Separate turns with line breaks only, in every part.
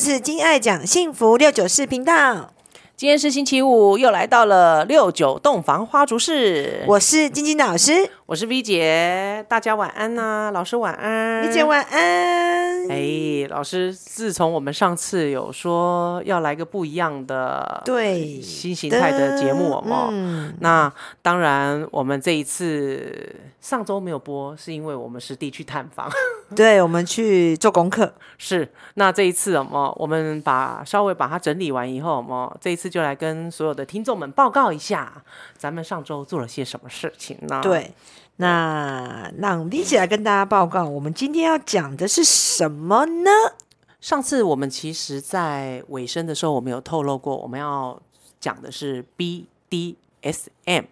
是金爱讲幸福六九四频道，
今天是星期五，又来到了六九洞房花烛式。我
我是晶晶老师，
是 V 姐，大家晚安呐、老师晚安。
李姐。晚安。
嗯哎，老师，自从我们上次有说要来个不一样的
对，
新形态的节目哦，
嗯，
那当然我们这一次上周没有播，是因为我们实地去探访。
对，我们去做功课，
是，那这一次哦，么我们把稍微把它整理完以后，么这一次就来跟所有的听众们报告一下，咱们上周做了些什么事情呢？，
对。那让 V 姐来跟大家报告，我们今天要讲的是什么呢？
上次我们其实在尾声的时候，我们有透露过，我们要讲的是 BDSM。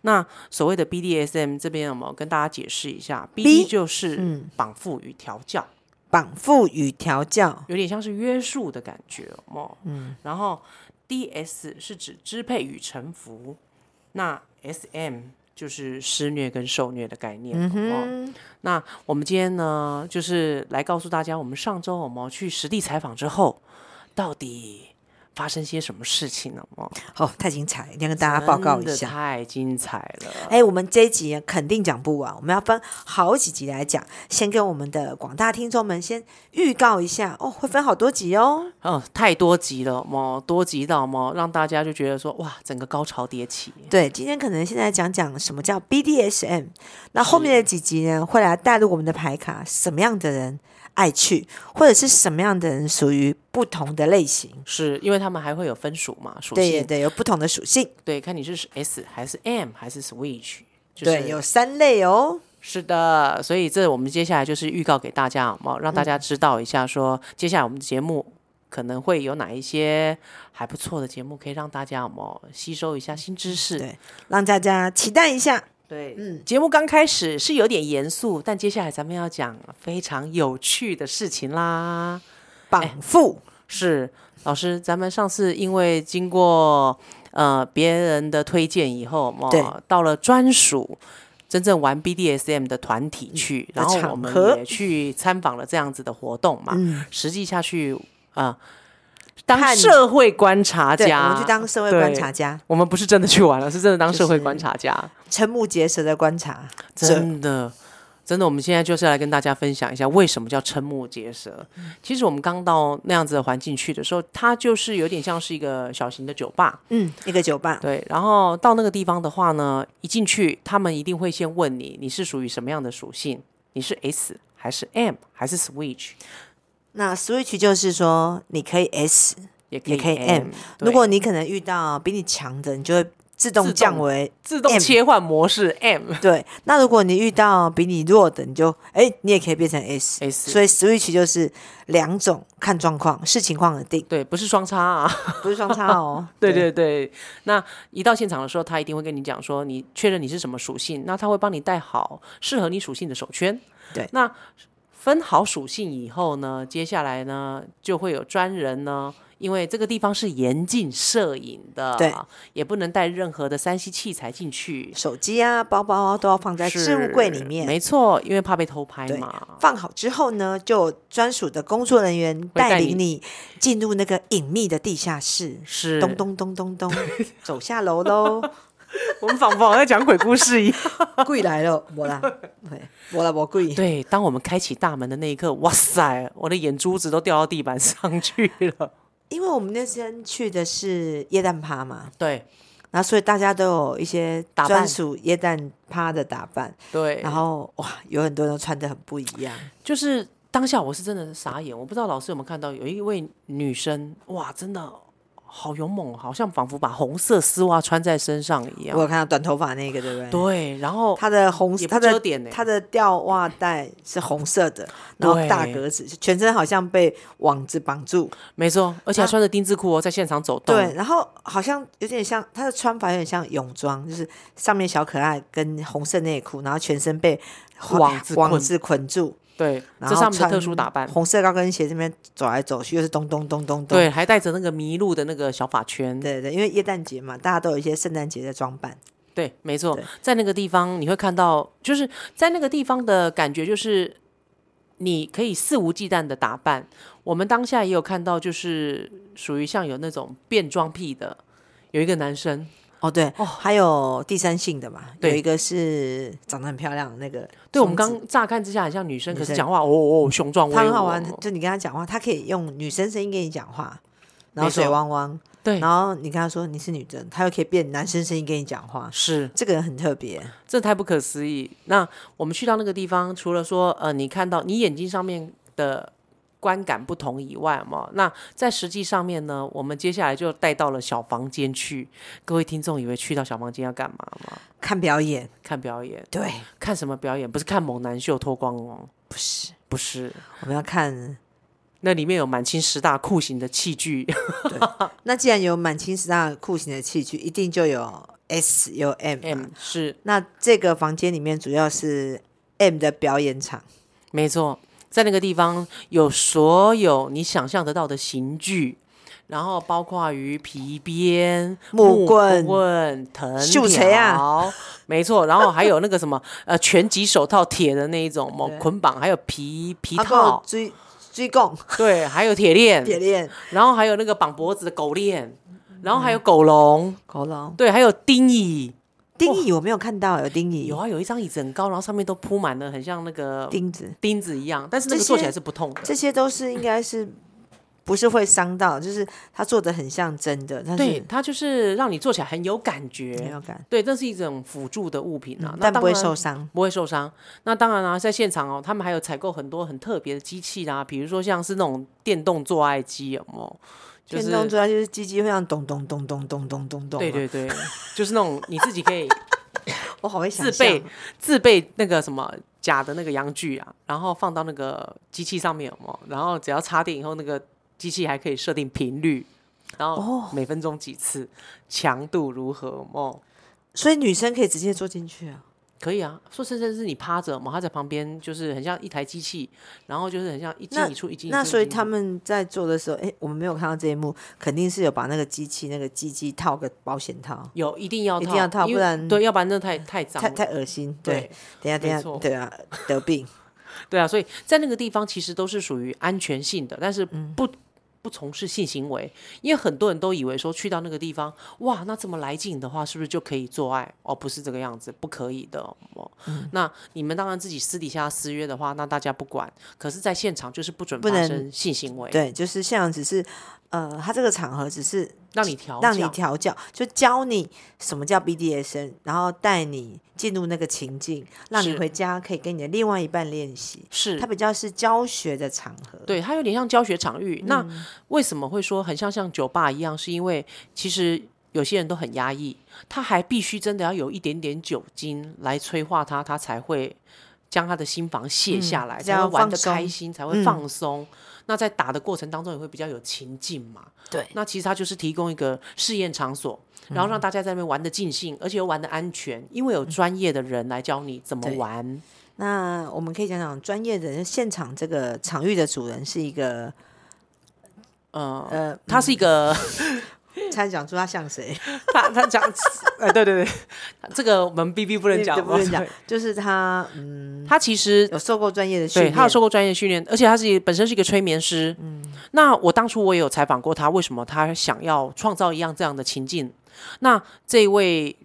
那所谓的 BDSM 这边，我们跟大家解释一下，BD 就是
嗯
绑缚与调教。
绑缚与调教，
有点像是约束的感觉哦。嗯，然后 D S 是指支配与臣服，那 S M 就是施虐跟受虐的概念、
嗯
哦。那我们今天呢，就是来告诉大家，我们上周我们去实地采访之后，到底。发生些什么事情了吗？
哦，太精彩，一定要跟大家报告一
嗯真的
下。
太精彩了！
哎、我们这一集肯定讲不完，我们要分好几集来讲。先跟我们的广大听众们先预告一下哦，会分好多集哦。
哦，太多集了嘛，多集到嘛，让大家就觉得说哇，整个高潮迭起。
对，今天可能现在讲讲什么叫 BDSM，那后面的几集呢，会来带入我们的牌卡，什么样的人爱去，或者是什么样的人属于不同的类型。
是因为他们还会有分属嘛，属
对
性
对，有不同的属性，
对，看你是 S 还是 M 还是 Switch，就是
对，有三类哦。
是的，所以这我们接下来就是预告给大家，好吗？让大家知道一下说，接下来我们的节目可能会有哪一些还不错的节目，可以让大家好吗？吸收一下新知识。
对让大家期待一下。
对，嗯，节目刚开始是有点严肃，但接下来咱们要讲非常有趣的事情啦。
绑缚，
是老师，咱们上次因为经过呃别人的推荐以后，
对
哦，到了专属真正玩 BDSM 的团体去，然后我
嗯场合
们也去参访了这样子的活动嘛，
嗯，
实际下去啊、呃当
看
社会观察
对，
家，
我们去当社会观察
对。
家，
我们不是真的去玩了，是真的当社会
就是
观察家。
瞠目结舌的观察者。
真的，真的，我们现在就是来跟大家分享一下为什么叫瞠目结舌。其实我们刚到那样子的环境去的时候，它就是有点像是一个小型的酒吧，
嗯，一个酒吧，
对。然后到那个地方的话呢，一进去，他们一定会先问你，你是属于什么样的属性？你是 S 还是 M 还是 Switch？
那 Switch 就是说你可以 S，
也可
也
以
可以 M
对
如果你可能遇到比你强的，你就会自动
自动
降为
自动
M
切换模式 M
对。那如果你遇到比你弱的，你就哎，你也可以变成 S。
S。
所以 Switch 就是两种，看状况，视情况而 定，
对，不是双叉啊，。
不是双叉哦
对对对，那一到现场的时候，他一定会跟你讲说，你确认你是什么属性，那他会帮你带好适合你属性的手圈。
对
那分好属性以后呢，接下来呢就会有专人呢，因为这个地方是严禁摄影的，
对，
也不能带任何的三 C 器材进去，
手机啊、包包啊都要放在置物柜里面。
没错，因为怕被偷拍
对
嘛。
放好之后呢，就有专属的工作人员带
带
领你进入那个隐秘的地下室。
是，
咚咚咚咚 咚，走下楼喽，
我们仿佛好像在讲鬼故事一样。
跪来了，我啦，对我啦，我跪。
对，当我们开启大门的那一刻，哇塞，我的眼珠子都掉到地板上去了。
因为我们那天去的是耶诞趴嘛，
对
然后所以大家都有一些
打扮
专属耶诞趴的打扮，
对，
然后哇，有很多人都穿的很不一样，
就是当下我是真的是傻眼，我不知道老师有没有看到，有一位女生，哇，真的好勇猛，哦好像仿佛把红色丝袜穿在身上一
我
样。
有看到短头发那个，对不对？
对，然后
他的红，
啊也
他
不
的
遮点呢、
他的吊袜带是红色的，然后
对
大格子，全身好像被网子绑住，
没错，而且还穿着丁字裤哦，在现场走动。
对，然后好像有点像他的穿法，有点像泳装，就是上面小可爱跟红色内裤，然后全身被
网子
网
捆
子捆住，
对，
然
这
后
是他们的
穿
特殊打扮。
红色高跟鞋这边走来走去，又是咚咚咚咚咚。
对，还带着那个麋鹿的那个小发圈。
对对，因为耶诞节嘛，大家都有一些圣诞节的装扮，
对，没错
对，
在那个地方你会看到，就是在那个地方的感觉，就是你可以肆无忌惮的打扮。我们当下也有看到，就是属于像有那种变装癖的，有一个男生，
哦，对，
哦
还有第三性的嘛，有
对
一个是长得很漂亮的那个松子，
对我们刚乍看之下很像女生，
女
可是
生
讲话哦哦哦雄壮威武，
他很好玩
哦，
就你跟他讲话，他可以用女生声音跟你讲话，然后
没错
水汪汪，
对，
然后你跟他说你是女生，他又可以变男生声音跟你讲话，
是
这个人很特别。
这太不可思议。那我们去到那个地方，除了说呃，你看到你眼睛上面的观感不同以外嘛，那在实际上面呢，我们接下来就带到了小房间去。各位听众以为去到小房间要干嘛吗？
看表演，
看表演，
对，
看什么表演？不是看猛男秀脱光哦，
不是
不是，
我们要看。
那里面有满清十大酷刑的器具，
那既然有满清十大酷刑的器具，一定就有 S 有 M 嘛。
M 是
那这个房间里面主要是 M 的表演场，
没错，在那个地方有所有你想象得到的刑具，然后包括于皮鞭、
木棍
棍、棍藤
秀锤啊
条，没错，然后还有那个什么呃拳击手套铁的那一种嘛
对，
捆绑，还有皮皮
还有
套，
啊追追 供、
对，还有铁链，
铁嗯链、
然后还有那个绑脖子的狗链，然后还有狗笼，
狗笼、
对，还有钉椅，
钉椅，我没有看到有钉椅，
有啊，有一张椅子很高，然后上面都铺满了很像那个
钉子，
钉子一样，但是那个
这些
坐起来是不痛的。
这些都是应该 是不是会伤到，就是他做的很像真的，但
对，
是
它就是让你做起来很有感
没
觉。
有感，
对，这是一种辅助的物品啊，那
但
当
不会
然
受伤。
不会受伤。那当然啦、在现场哦，他们还有采购很多很特别的机器啦、比如说像是那种电动做爱机，有没有？就
电
是
动主要就是鸡鸡会让咚咚咚咚咚咚咚咚。
对，对对， 就是那种你自己可以
我好会想
自
象
备自备那个什么假的那个阳具啊，然后放到那个机器上面，有没有？然后只要插电以后，那个机器还可以设定频率，然后
哦
每分钟几次，强度如何？有没有
所以女生可以直接坐进去啊。
可以啊，说甚至是你趴着嘛，他在旁边就是很像一台机器，然后就是很像一进一出一进一出。
那所以
一进一出
他们在做的时候，哎，我们没有看到这一幕，肯定是有把那个机器那个鸡鸡套个保险套，
有一定要
一定要套
因为
不然
对，要不然那太太脏
太
了。
太恶心。对，等
对
一下等一
没
下，
错
对啊，得病。
对啊，所以在那个地方其实都是属于安全性的，但是不、
嗯
不从事性行为，因为很多人都以为说去到那个地方，哇，那这么来劲的话，是不是就可以做爱？哦，不是这个样子，不可以的。哦，
嗯
那你们当然自己私底下私约的话，那大家不管，可是在现场就是不准
不
发
能
生性行为，
对，就是像只是呃，他这个场合只是
让你调
让你
教
调教，就教你什么叫 BDSN，然后带你进入那个情境，让你
是
回家可以跟你的另外一半练习。
是
它比较是教学的场合，，
对，它有点像教学场域。那
嗯
为什么会说很像像酒吧一样？是因为其实有些人都很压抑，他还必须真的要有一点点酒精来催化他，他才会将他的心房卸下来，
这
才会
样
玩
嗯放
的
松
开心，才会
嗯
放松。那在打的过程当中也会比较有情境嘛。
对嗯
那其实它就是提供一个试验场所。然后让大家在那边玩的尽兴，而且又玩的安全，因为有专业的人来教你怎么
对
玩。
那我们可以讲讲专业的人，现场这个场域的主人是一个
呃，
呃，
它是一个
才讲出他像谁，
他他讲，哎，对对对， 这个我们 B B 不能讲，哦
不能讲
对。，
就是他嗯，
他其实
有受过专业的训
对
练，
他有受过专业训练，而且他是本身是一个催眠师。嗯，那我当初我也有采访过他，为什么他想要创造一样这样的情境？那这一位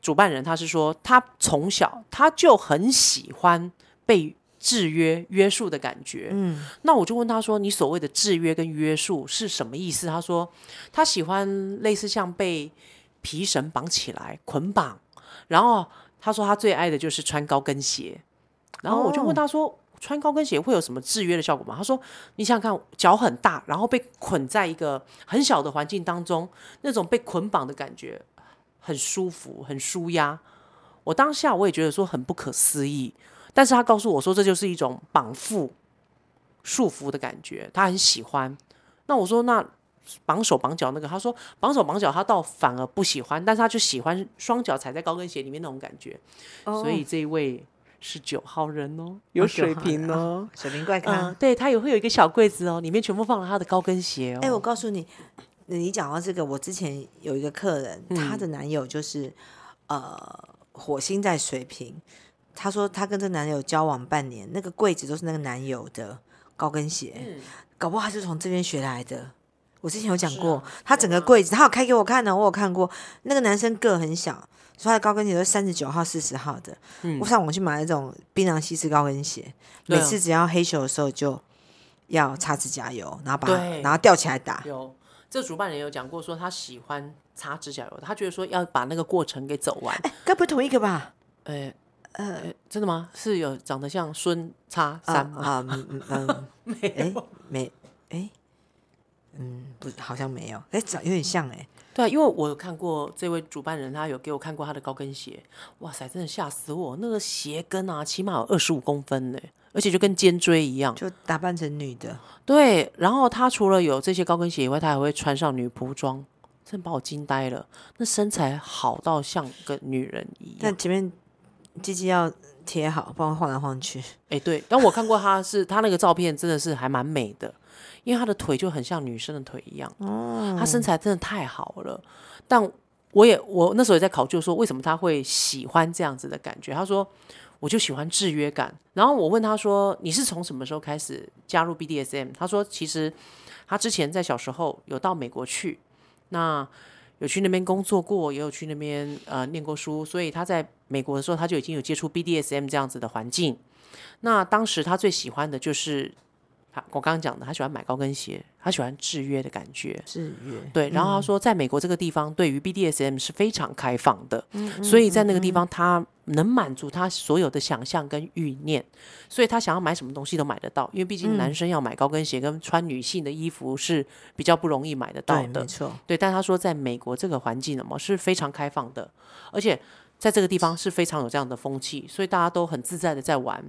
主办人他是说，他从小他就很喜欢被制约、约束的感觉。
嗯，
那我就问他说：“你所谓的制约跟约束是什么意思？”他说：“他喜欢类似像被皮绳绑起来、捆绑，然后他说他最爱的就是穿高跟鞋。”然后我就问他说：“穿高跟鞋会有什么制约的效果吗？”他说：“你想想看，脚很大，然后被捆在一个很小的环境当中，那种被捆绑的感觉很舒服，很舒压。”我当下我也觉得说很不可思议，但是他告诉我说这就是一种绑缚、束缚的感觉，他很喜欢。那我说那绑手绑脚那个，他说绑手绑脚他倒反而不喜欢，但是他就喜欢双脚踩在高跟鞋里面那种感觉。
哦
所以这一位是九号人哦，有
九
水
号
平
人
哦。
水瓶怪咖
嗯，。对，他也会有一个小柜子哦，里面全部放了他的高跟鞋哦。
哎、我告诉你，你讲到这个，我之前有一个客人，她的男友就是呃火星在水瓶，她说她跟这男友交往半年，那个柜子都是那个男友的高跟鞋，
嗯，
搞不好她是从这边学来的。我之前有讲
是啊
过，她整个柜子，她有开给我看哦的，我有看过。那个男生个很小，所以他的高跟鞋都是三十九号、四十号的。
嗯
我上网去买那种槟榔西式高跟鞋，
对
每
啊
次只要黑球的时候就要擦指甲油，然后把它
对
然后吊起来打。
有这主办人有讲过说他喜欢擦指甲油，他觉得说要把那个过程给走完。
哎，该不会同一个吧？
呃呃，真的吗？是有长得像孙叉三吗？
啊，嗯嗯 嗯，没没哎，嗯，不，好像没有，哎，长有点像哎，
对，啊因为我有看过这位主办人，他有给我看过他的高跟鞋，哇塞，真的吓死我！那个鞋跟啊，起码有二十五公分呢，而且就跟尖锥一样。
就打扮成女的，
对，然后他除了有这些高跟鞋以外，他还会穿上女仆装，真的把我惊呆了。那身材好到像个女人一样
但。前面鸡鸡要贴好，不然会晃来晃去。
哎，对，但我看过他是他那个照片，真的是还蛮美的，因为他的腿就很像女生的腿一样。
哦，
他身材真的太好了，但我也我那时候也在考究说为什么他会喜欢这样子的感觉。他说我就喜欢制约感。然后我问他说你是从什么时候开始加入 BDSM？他说其实他之前在小时候有到美国去，那有去那边工作过，也有去那边呃念过书，所以他在美国的时候他就已经有接触 BDSM 这样子的环境。那当时他最喜欢的就是。他我刚刚讲的，他喜欢买高跟鞋，他喜欢制约的感觉，
制约，
对，然后他说，在美国这个地方，对于 BDSM 是非常开放的，
嗯
所以在那个地方，他能满足他所有的想象跟欲念，所以他想要买什么东西都买得到，因为
嗯
毕竟男生要买高跟鞋跟穿女性的衣服是比较不容易买得到
对，
的
没，错，
对。但他说，在美国这个环境呢，么是非常开放的，而且在这个地方是非常有这样的风气，所以大家都很自在的在玩。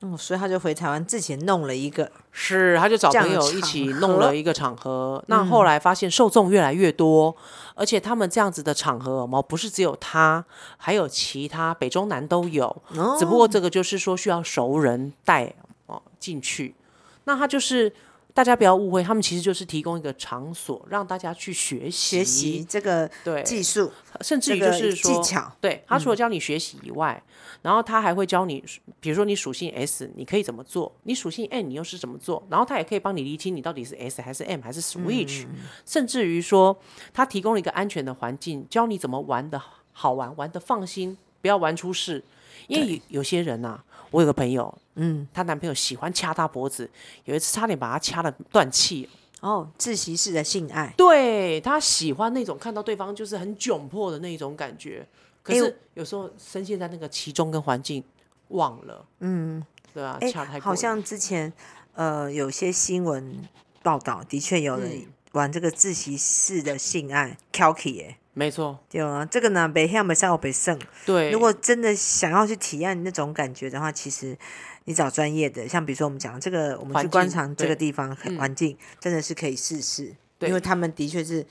嗯，所以他就回台湾自己弄了一个，
是，他就找
这样
朋
的
友一
场
起
合嗯
弄了一个场合。那后来发现受众越来越多，而且他们这样子的场合，毛不是只有他，还有其他北中南都有。
哦
只不过这个就是说需要熟人带哦进去。那他就是大家不要误会，他们其实就是提供一个场所让大家去学习，
学习这个
对，
技术，
甚至
这
于就
个
是说
技巧，
对他除了教你学习以外，然后他还会教你，比如说你属性 S 你可以怎么做，你属性 N 你又是怎么做，然后他也可以帮你厘清你到底是 S 还是 M 还是 Switch，、甚至于说他提供了一个安全的环境，教你怎么玩的好玩，玩的放心，不要玩出事。因为有有些人呐、我有个朋友，嗯，她男朋友喜欢掐她脖子，有一次差点把她掐的断气，
哦，自习式的性爱。
对他喜欢那种看到对方就是很窘迫的那种感觉，可
哎
是
我
有时候深陷在那个其中跟环境，忘了，嗯，对啊，
哎
恰太过
好
了
像之前呃有些新闻报道，的确有人
嗯
玩这个自习室的性爱 k a l k i 耶，
没错，
对啊，这个呢北向北上北胜。
对，
如果真的想要去体验那种感觉的话，其实你找专业的，像比如说我们讲这个，我们
环
去
境
观察这
对嗯
个地方环境，真的是可以试试，
对
因为他们的确是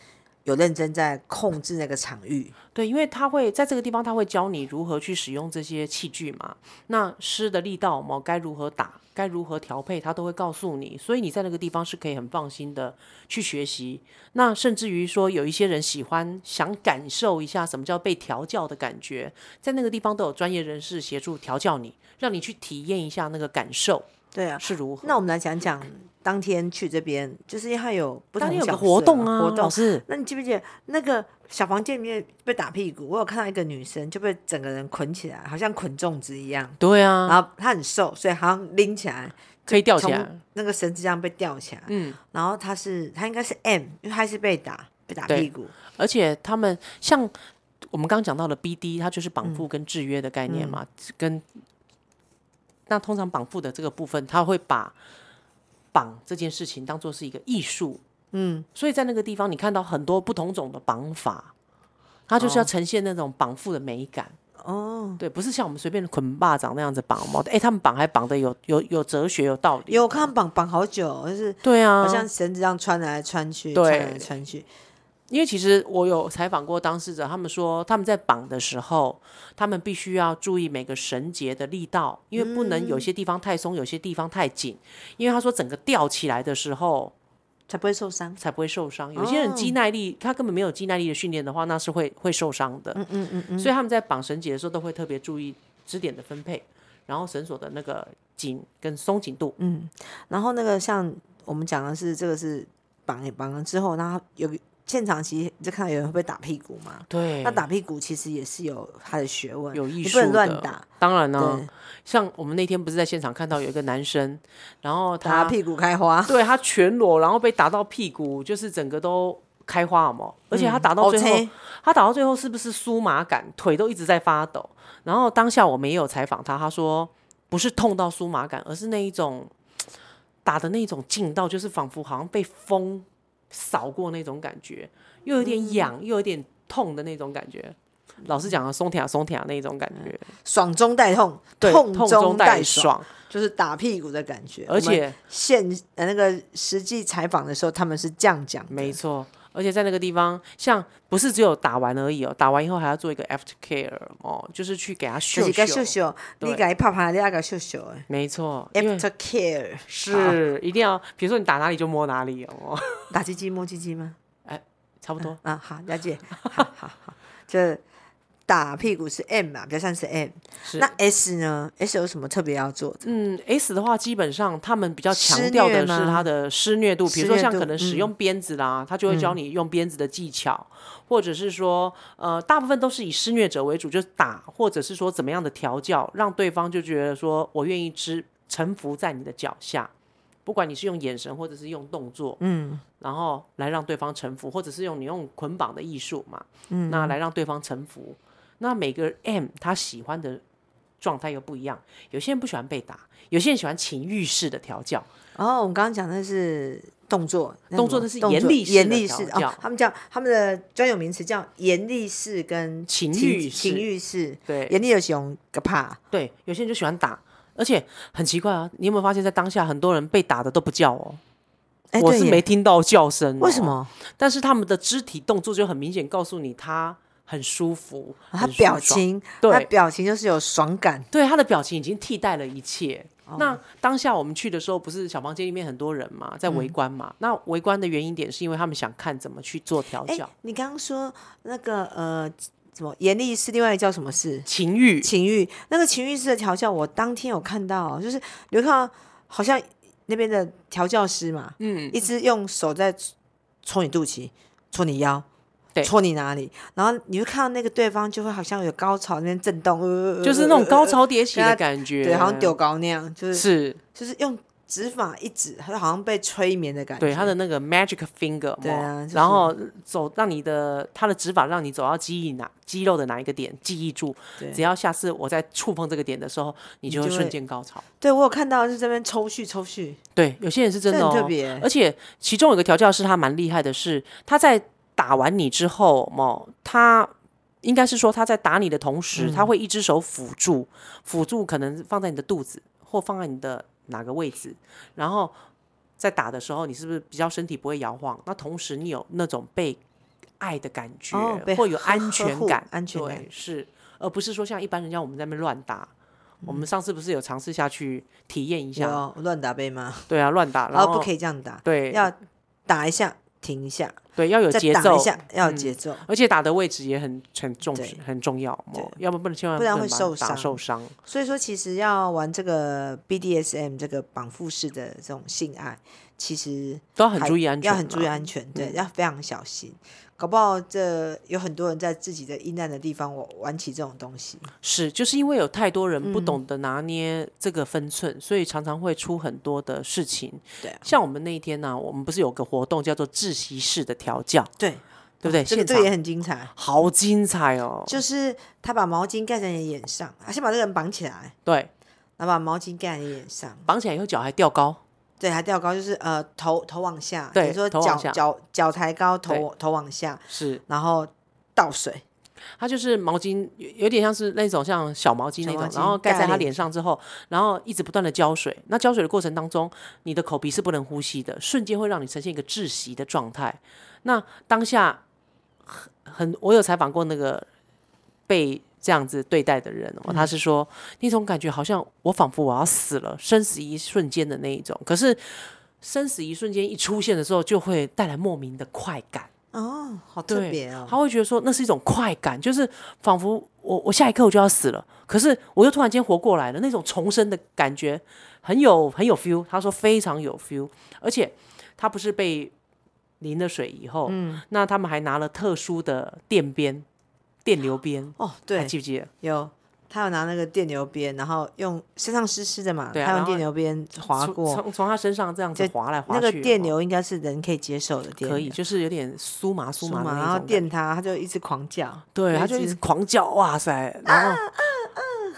有认真在控制那个场域。
对，因为他会在这个地方，他会教你如何去使用这些器具嘛。那湿的力道嘛，该如何打，该如何调配，他都会告诉你。所以你在那个地方是可以很放心的去学习。那甚至于说，有一些人喜欢想感受一下什么叫被调教的感觉，在那个地方都有专业人士协助调教你，让你去体验一下那个感受
对啊，
是如何。
那我们来讲讲当天去这边，就是因为它有不
当
同
天有
角
个
色
活动啊，
活动
老师，
那你记不记得那个小房间里面被打屁股？我有看到一个女生就被整个人捆起来，好像捆粽子一样。
对啊，
然后她很瘦，所以好像拎起来，
可以吊起来
从，那个绳子这样被吊起来。
嗯。
然后她是她应该是 M，因为她是被打被打
对
屁股。
而且他们像我们刚刚讲到的 BD，它就是
嗯
绑缚跟制约的概念嘛，跟那通常绑缚的这个部分，他会把绑这件事情当做是一个艺术，嗯，所以在那个地方你看到很多不同种的绑法，它就是要呈现那种绑缚的美感。
哦，
对，不是像我们随便捆巴掌那样子绑毛的，哎，他们绑还绑的有有有哲学，有道理。
有我看绑绑好久，就是
对啊，
好像绳子这样穿来穿去，
对
穿来穿去。
因为其实我有采访过当事者，他们说他们在绑的时候，他们必须要注意每个绳结的力道，因为不能
嗯
有些地方太松，有些地方太紧。因为他说整个吊起来的时候
才不会受伤。
才不会受伤。有些人
哦
肌耐力，他根本
嗯
没有肌耐力的训练的话，那是会会受伤的。嗯嗯嗯所以他们在绑绳结的时候都会特别注意支点的分配，然后绳索的那个紧跟松紧度，
嗯然后那个像我们讲的是这个是绑也绑了之后，然后有现场其实你就看到有人会被打屁股嘛，
对，
那打屁股其实也是有他的学问，
有艺
你
术
不能乱
的
打，
当然啊呢、
对，
像我们那天不是在现场看到有一个男生，然后
打
他
屁股开花，
对他全裸，然后被打到屁股，就是整个都开花了嘛。而且他打到
哦
最后，
切
他打到最后是不是酥麻感，腿都一直在发抖。然后当下我们也有采访他，他说不是痛到酥麻感，而是那一种嘖打的那种劲到，就是仿佛好像被风扫过那种感觉，又有
嗯
点痒，又有点痛的那种感觉。老师讲的松啊铁松铁那种感觉，
爽中带痛，
对，
痛
痛
中
带
带爽，，就是打屁股的感觉。
而
我们
且
现呃那个实际采访的时候，他们是这样讲的，
没错，而且在那个地方，像不是只有打完而已哦，打完以后还要做一个 after care 哦，就是去给他
就
秀
是
秀。
该秀秀，
对
你该啪啪，你该秀秀哎
没错，因为
，after care
是一定要，比如说你打哪里就摸哪里哦，
打鸡鸡摸鸡鸡吗？
差不 多。
啊，好，了解，好好好，这打屁股是 M 啊嘛，比较像是 M。
是
那 S 呢？S 有什么特别要做的？
嗯，S 的话，基本上他们比较强
施
调
虐
的
吗
是它的施虐度，比如
施
说
虐
像
度嗯
可能使用鞭子啦，他就会教你用鞭子的技巧，或者是说，呃，大部分都是以施虐者为主，就是打，或者是说怎么样的调教，让对方就觉得说我愿意知臣服在你的脚下，不管你是用眼神或者是用动作，
嗯，
然后来让对方臣服，或者是用你用捆绑的艺术嘛，嗯，那来让对方臣服。那每个 M 他喜欢的状态又不一样，有些人不喜欢被打，有些人喜欢情欲式的调教，
然哦后我们刚刚讲的是动作，那
动
什
作
么
的是
动
严
作
厉式
严
的
厉
调
式
教
哦，他们叫他们的专有名词叫严厉式跟
情
情
欲式
情欲式，
对
严厉有熊个怕，
对，有些人就喜欢打，而且很奇怪啊，你有没有发现，在当下很多人被打的都不叫哦，
哎，
我
对
是
耶
没听到叫声、哦
为什？么
但是他们的肢体动作就很明显告诉你他很舒服，
啊他
很舒
表
爽
情，
对
他表情就是有爽感，
对，他的表情已经替代了一切。
哦
那当下我们去的时候，不是小房间里面很多人嘛，在
嗯
围观嘛。那围观的原因点是因为他们想看怎么去做调
哎
教，，
你刚刚说那个呃什么严厉式，另外一个叫什么式？
情欲
情欲那个情欲式的调教，我当天有看到，就是你会看到好像那边的调教师嘛，嗯，一直用手在戳你肚脐、戳你腰、
对
戳你哪里，然后你就看到那个对方就会好像有高潮那边震动，呃
就是那种高潮迭起
跟
的
他
感觉，
呃对，好像丢高那样，就是
是
就是用指法一指，他就好像被催眠的感觉，
对他的那个 magic finger，
对啊
哦
就是
然后走让你的他的指法让你走到记忆哪肌肉的哪一个点记忆住，
对
只要下次我在触碰这个点的时候，你就会
就
瞬
会
间高潮。
对我有看到是这边抽蓄抽蓄，
对，有些人是真的、
这
哦、
很特别
而且其中有一个调教师，他蛮厉害的是，他在打完你之后，哦，他应该是说他在打你的同时，
嗯
他会一只手辅助，辅助可能放在你的肚子或放在你的哪个位置，然后在打的时候，你是不是比较身体不会摇晃？那同时你有那种被爱的感觉，
哦被
或有
呵
安全
呵护
感，
安全感
对是，而不是说像一般人家我们在那边乱打。我们上次不是有尝试下去体验一
嗯
下？
有啊乱打被骂，
对啊，乱打，
然后不
以
可以这样打，
对
要打一下停一下，
对要有
再
节
打
奏嗯
一，下，要有节奏。
而且打的位置也很很重
对
很重要哦，要不然不能千万
不然
能
会
把
受
打
伤
受伤。
所以说，其实要玩这个 BDSM 这个绑缚式的这种性爱，其实
都要很
还
注意安全嗯
要很注意
啦
安全，对，要非常小心。搞不好这有很多人在自己的阴暗的地方，我玩起这种东西，
是，就是因为有太多
嗯
人不懂得拿捏这个分寸，所以常常会出很多的事情。
对啊
像我们那一天呢、我们不是有个活动叫做窒息式的调教，
对
对不对？
啊这个
哎现
这
场
个也很精彩，
好精彩哦！
就是他把毛巾盖在你的眼上，啊，先把这个人绑起来，
对，
然后把毛巾盖在你眼上，
绑起来以后脚还吊高，
对，还吊高，就是呃头头往下，
对
等于说
头往
脚
下
脚脚抬高，头
对
头往下，
是
然后倒水，
它就是毛巾，有有点像是那种像小毛巾
小
那种
毛，巾
然后盖
盖
在
脸
他脸上之后，然后一直不断的浇水。那浇水的过程当中，你的口鼻是不能呼吸的，瞬间会让你呈现一个窒息的状态。那当下很，很我有采访过那个被这样子对待的人哦，他是说那种感觉好像我仿佛我要死了，生死一瞬间的那一种。可是生死一瞬间一出现的时候，就会带来莫名的快感。
哦，好特
对，
别哦，
他会觉得说那是一种快感，就是仿佛我我下一刻我就要死了，可是我又突然间活过来了，那种重生的感觉很有很有 feel。他说非常有 feel，而且他不是被淋了水以后，嗯，那他们还拿了特殊的电鞭、电流鞭，
哦，
还
对，
记不记得？
有他有拿那个电流鞭，然后用身上湿湿的嘛，
对啊
他
然
用
后
电流鞭划
从
过，
从从他身上这样子
就
滑来滑
那
去，
个电
哦
流应该是人可以接受的电流，
可以，就是有点酥麻酥
是
麻的
嘛？
那
然后
种感觉
电他，他就一直狂叫，
对，
有
他
一
就一
只
直狂叫，哇塞！然
啊
后，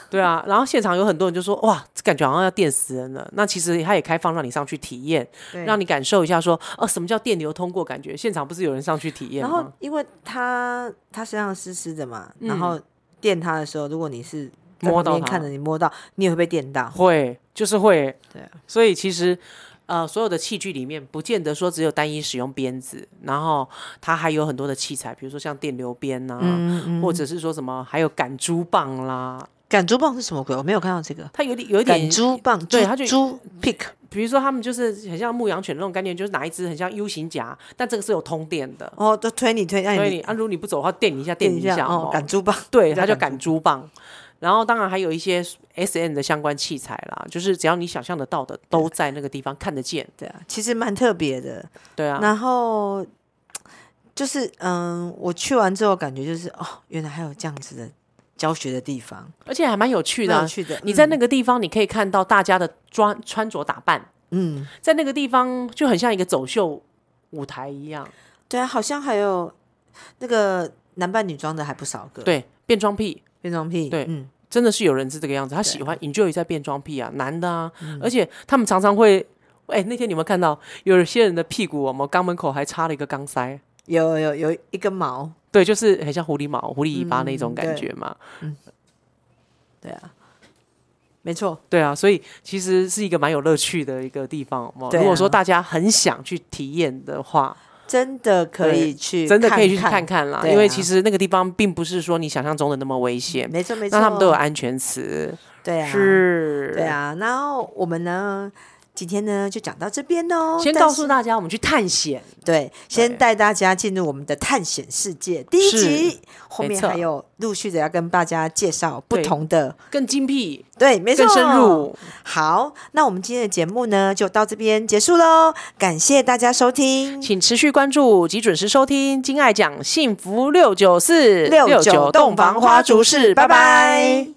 对啊，然后现场有很多人就说，哇，这感觉好像要电死人了。那其实他也开放让你上去体验，
对
让你感受一下说，哦，什么叫电流通过感觉？现场不是有人上去体验
然后
吗？
因为他他身上湿湿的嘛，然后电他的时候，如果你是在
嗯摸
旁边
到它
看着你摸到，你也会被电到。
会，就是会。
对啊
所以其实。呃，所有的器具里面，不见得说只有单一使用鞭子，然后它还有很多的器材，比如说像电流鞭呐、
嗯嗯，
或者是说什么还有赶猪棒啦，
赶猪棒是什么鬼？我没有看到这个。
它有点有一点
赶猪棒，
对
猪
它就
猪 pick
比如说他们就是很像牧羊犬那种概念，就是拿一只很像 U 型夹，但这个是有通电的，
哦，都推你推，让
所以
你
你啊，如果你不走的话，电你一下，电
电
你
一
一下
下哦，赶猪棒。
对，
叫
它叫
赶
赶猪棒。然后当然还有一些 S N 的相关器材啦，就是只要你想象得到的，都在那个地方看得见。
对啊，其实蛮特别的。
对啊，
然后就是嗯，我去完之后感觉就是哦，原来还有这样子的教学的地方，
而且还蛮有趣的啊、
蛮有趣的。
你在那
个
个地方，你可以看到大家的装穿着打扮，
嗯，
在那个地方就很像一个走秀舞台一样。
对啊，好像还有那个男扮女装的还不少个，，
对，变装癖，
变装癖，
对
嗯，
真的是有人是这个样子，他喜欢 enjoy 在变装癖啊，男的啊，
嗯
而且他们常常会，哎、那天你有没有看到有些人的屁股，我们肛门口还插了一个钢塞，
有有有一根毛，
对，就是很像狐狸毛、狐狸尾巴那种
嗯
感觉嘛，
对啊，没错，
对啊，所以其实是一个蛮有乐趣的一个地方哦。
对啊
如果说大家很想去体验的话，
真的可以去，
真的可以去看，看啦，
对啊
因为其实那个地方并不是说你想象中的那么危险，
没错嗯没错，
那他们都有安全词，
对啊，
是，
对。啊，然后我们呢。今天呢，就讲到这边哦。
先
但
告
是
诉大家，我们去探险。
对，先
对
带大家进入我们的探险世界第一
是
集，后
没
面
错
还有陆续的要跟大家介绍不
对
同的，
更精辟、
对，没错，
更深入。
好，那我们今天的节目呢，就到这边结束喽，感谢大家收听
请持续关注及准时收听《金爱讲幸福六九四
六九洞房花烛事，拜拜